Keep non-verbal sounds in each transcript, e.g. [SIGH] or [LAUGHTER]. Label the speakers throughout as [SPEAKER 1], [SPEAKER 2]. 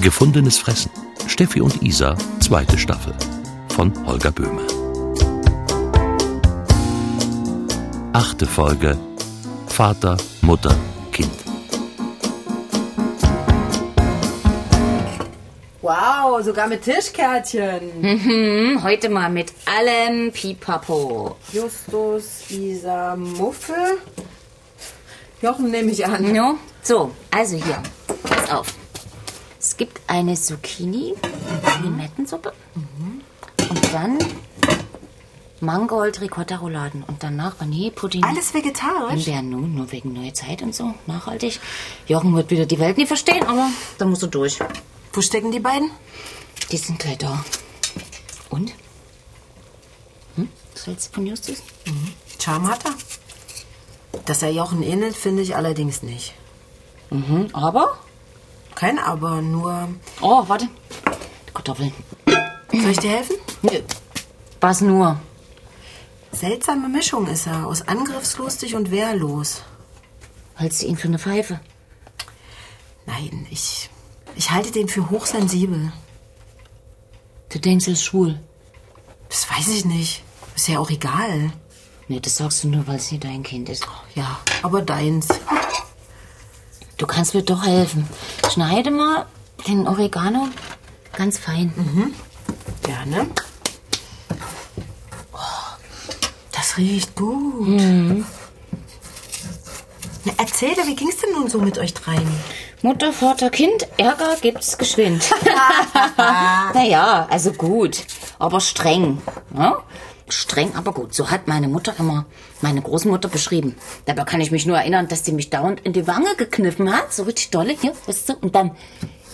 [SPEAKER 1] Gefundenes Fressen. Steffi und Isa, zweite Staffel. Von Holger Böhme. Achte Folge. Vater, Mutter, Kind.
[SPEAKER 2] Wow, sogar mit Tischkärtchen.
[SPEAKER 3] Mhm, heute mal mit allem Pipapo.
[SPEAKER 2] Justus, Isa, Muffel. Jochen nehme ich an.
[SPEAKER 3] No? So, also hier. Pass auf. Es gibt eine Zucchini, Limettensuppe Mhm. und dann Mangold Ricotta Rouladen und danach Vanille Pudding.
[SPEAKER 4] Alles vegetarisch?
[SPEAKER 3] Himbeeren, nur, nur wegen neue Zeit und so, nachhaltig. Jochen wird wieder die Welt nie verstehen, aber da musst du durch.
[SPEAKER 4] Wo stecken die beiden?
[SPEAKER 3] Die sind gleich da. Und? Hm? Was hältst du von Justus?
[SPEAKER 4] Charme hat er. Dass er Jochen ähnelt, finde ich allerdings nicht.
[SPEAKER 3] Mhm, aber?
[SPEAKER 4] Kein Aber, nur.
[SPEAKER 3] Oh, warte. Kartoffeln.
[SPEAKER 4] Soll ich dir helfen?
[SPEAKER 3] Nö. Was nur?
[SPEAKER 4] Seltsame Mischung ist er, aus angriffslustig und wehrlos.
[SPEAKER 3] Hältst du ihn für eine Pfeife?
[SPEAKER 4] Nein, ich. Ich halte den für hochsensibel.
[SPEAKER 3] Du denkst, er ist schwul.
[SPEAKER 4] Das weiß ich nicht. Ist ja auch egal.
[SPEAKER 3] Nee, das sagst du nur, weil es nicht dein Kind ist.
[SPEAKER 4] Ja, aber deins.
[SPEAKER 3] Du kannst mir doch helfen. Schneide mal den Oregano ganz fein.
[SPEAKER 4] Ja, ne? Oh, das riecht gut. Mhm. Na, erzähl doch, wie ging's denn nun so mit euch dreien?
[SPEAKER 3] Mutter, Vater, Kind, Ärger gibt's geschwind. [LAUGHS] naja, also gut, aber streng. Ja? Streng, aber gut. So hat meine Mutter immer meine Großmutter beschrieben. Dabei kann ich mich nur erinnern, dass sie mich dauernd in die Wange gekniffen hat. So richtig dolle, hier, weißt du? Und dann,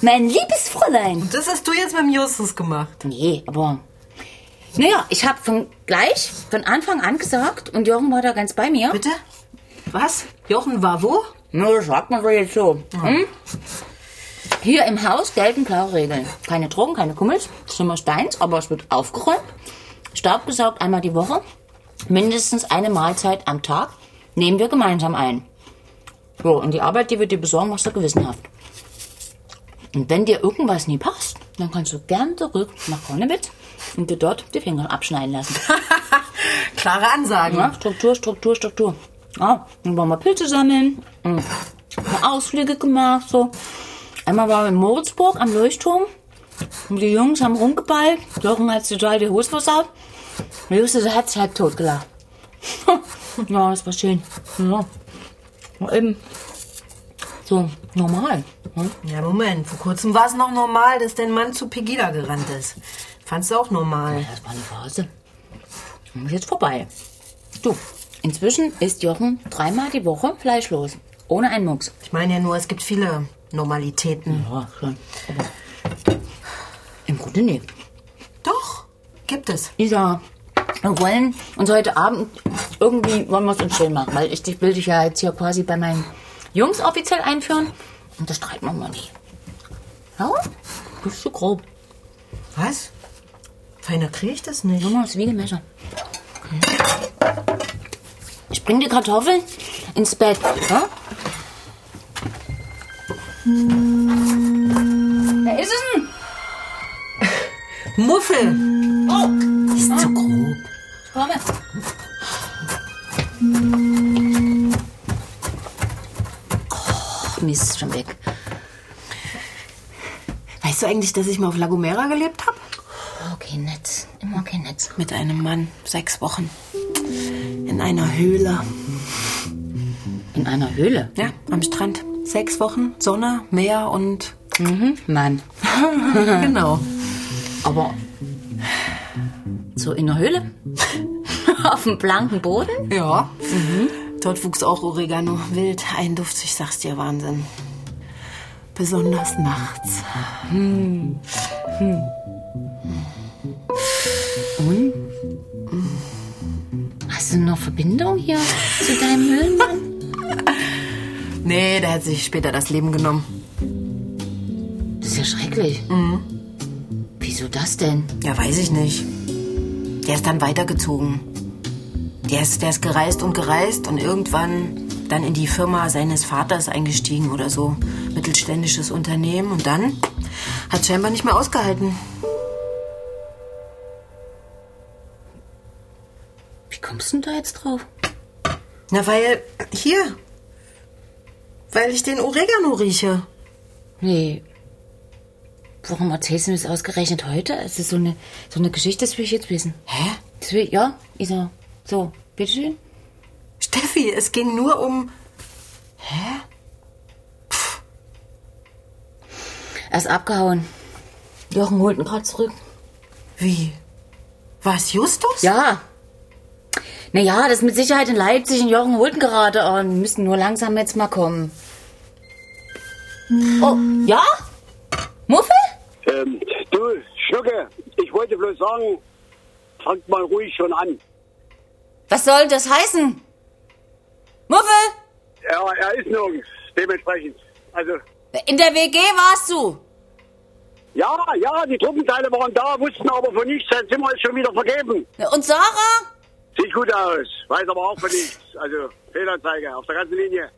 [SPEAKER 3] mein liebes Fräulein.
[SPEAKER 4] Das hast du jetzt mit dem Justus gemacht.
[SPEAKER 3] Nee, aber. Naja, ich habe von gleich, von Anfang an gesagt, und Jochen war da ganz bei mir.
[SPEAKER 4] Bitte? Was? Jochen war wo?
[SPEAKER 3] Na, das sagt man doch jetzt so. Hm? Hier im Haus gelten klare Regeln. Keine Drogen, keine Kummels, Zimmer Steins, aber es wird aufgeräumt. Staub gesaugt einmal die Woche. Mindestens eine Mahlzeit am Tag nehmen wir gemeinsam ein. So, und die Arbeit, die wir dir besorgen, machst du gewissenhaft. Und wenn dir irgendwas nie passt, dann kannst du gern zurück nach Konnewitz und dir dort die Finger abschneiden lassen.
[SPEAKER 4] [LAUGHS] Klare Ansagen.
[SPEAKER 3] Ja, Struktur, Struktur, Struktur. Ja, dann waren wir Pilze sammeln, mhm. haben Ausflüge gemacht, so. Einmal waren wir in Moritzburg am Leuchtturm und die Jungs haben rumgeballt. Jochen hat total die Hose versaut. Und Justus hat halb tot gelacht. [LAUGHS] ja, das war schön. Ja. War eben so normal. ne?
[SPEAKER 4] Ja, Moment. Vor kurzem war es noch normal, dass dein Mann zu Pegida gerannt ist. Fandst du auch normal?
[SPEAKER 3] Das war eine Phase. Und ist jetzt vorbei. Du, inzwischen ist Jochen dreimal die Woche fleischlos. Ohne einen Mucks.
[SPEAKER 4] Ich meine ja nur, es gibt viele Normalitäten.
[SPEAKER 3] Ja, schon. Aber Im Grunde nee.
[SPEAKER 4] Doch, gibt es.
[SPEAKER 3] Isa, wir wollen uns heute Abend irgendwie wollen wir es uns schön machen, weil ich dich will dich ja jetzt hier quasi bei meinen Jungs offiziell einführen. Und das streiten wir mal nie. Ja? Bist du grob.
[SPEAKER 4] Was? Feiner kriege ich das nicht.
[SPEAKER 3] Junge, das Wiegemesser. Hm? Ich bring die Kartoffeln ins Bett. Ja? Hm. Wer ist es denn?
[SPEAKER 4] Muffel!
[SPEAKER 3] Oh,
[SPEAKER 4] Ist zu grob.
[SPEAKER 3] ich komme. Oh, Mist, ist schon weg.
[SPEAKER 4] Weißt du eigentlich, dass ich mal auf La Gomera gelebt habe?
[SPEAKER 3] Oh, kein Netz. Immer kein Netz.
[SPEAKER 4] Mit einem Mann. Sechs Wochen. In einer Höhle.
[SPEAKER 3] In einer Höhle?
[SPEAKER 4] Ja, am Strand. Sechs Wochen, Sonne, Meer und.
[SPEAKER 3] Mhm, Mann.
[SPEAKER 4] genau.
[SPEAKER 3] Aber so in der Höhle? [LAUGHS] Auf dem blanken Boden?
[SPEAKER 4] Ja. Mhm. Dort wuchs auch Oregano wild. Ein Duft, ich sag's dir, Wahnsinn. Besonders nachts.
[SPEAKER 3] Hast du noch Verbindung hier zu deinem Höhlenmann?
[SPEAKER 4] Nee, der hat sich später das Leben genommen.
[SPEAKER 3] Das ist ja schrecklich. Mhm. Wieso das denn?
[SPEAKER 4] Ja, weiß ich nicht. Der ist dann weitergezogen. Der ist, der ist gereist und gereist und irgendwann dann in die Firma seines Vaters eingestiegen oder so. Mittelständisches Unternehmen und dann Hat scheinbar nicht mehr ausgehalten.
[SPEAKER 3] Wie kommst du denn da jetzt drauf?
[SPEAKER 4] Na, weil hier. Weil ich den Oregano rieche.
[SPEAKER 3] Nee. Warum erzählst du mir das ausgerechnet heute? Es ist so eine, so eine Geschichte, das will ich jetzt wissen.
[SPEAKER 4] Hä?
[SPEAKER 3] Das will, ja, Isa. So, bitteschön.
[SPEAKER 4] Steffi, es ging nur um. Hä?
[SPEAKER 3] Er ist abgehauen. Jochen holt ihn gerade zurück.
[SPEAKER 4] Wie? War es Justus?
[SPEAKER 3] Ja. Naja, das ist mit Sicherheit in Leipzig und Jochen holt ihn gerade und müssen nur langsam jetzt mal kommen. Oh, ja? Muffel?
[SPEAKER 5] Ähm, du, Schlucke, ich wollte bloß sagen, fangt mal ruhig schon an.
[SPEAKER 3] Was soll das heißen? Muffel?
[SPEAKER 5] Ja, er ist nirgends, dementsprechend. Also,
[SPEAKER 3] In der WG warst du.
[SPEAKER 5] ja, ja, die Truppenteile waren da, wussten aber von nichts, sein Zimmer ist schon wieder vergeben.
[SPEAKER 3] Und Sarah?
[SPEAKER 5] Sieht gut aus, weiß aber auch von nichts. Also, Fehlanzeige auf der ganzen Linie.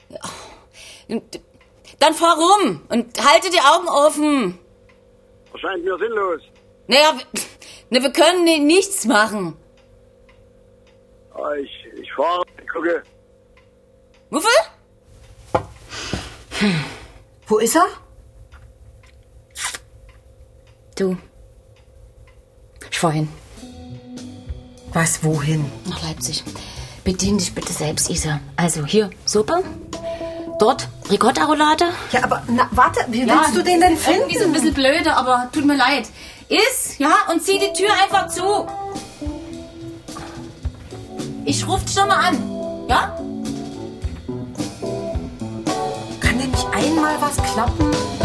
[SPEAKER 3] Dann fahr rum und halte die Augen offen.
[SPEAKER 5] Erscheint mir sinnlos.
[SPEAKER 3] Naja, w- na, wir können ni- nichts machen.
[SPEAKER 5] Aber Ah, Ich, ich fahre, gucke.
[SPEAKER 3] Muffel?
[SPEAKER 4] Wo ist er?
[SPEAKER 3] Du. Ich fahr hin.
[SPEAKER 4] Was, wohin?
[SPEAKER 3] Nach Leipzig. Bedien dich bitte selbst, Isa. Also hier Suppe. Dort Ricotta-Roulade.
[SPEAKER 4] Ja, aber na, warte, wie willst du den
[SPEAKER 3] das
[SPEAKER 4] denn
[SPEAKER 3] ist Irgendwie so
[SPEAKER 4] finden?
[SPEAKER 3] ein bisschen blöde, aber tut mir leid. Iss, ja, und zieh die Tür einfach zu. Ich ruf dich schon mal an. Ja?
[SPEAKER 4] Kann denn nicht einmal was klappen?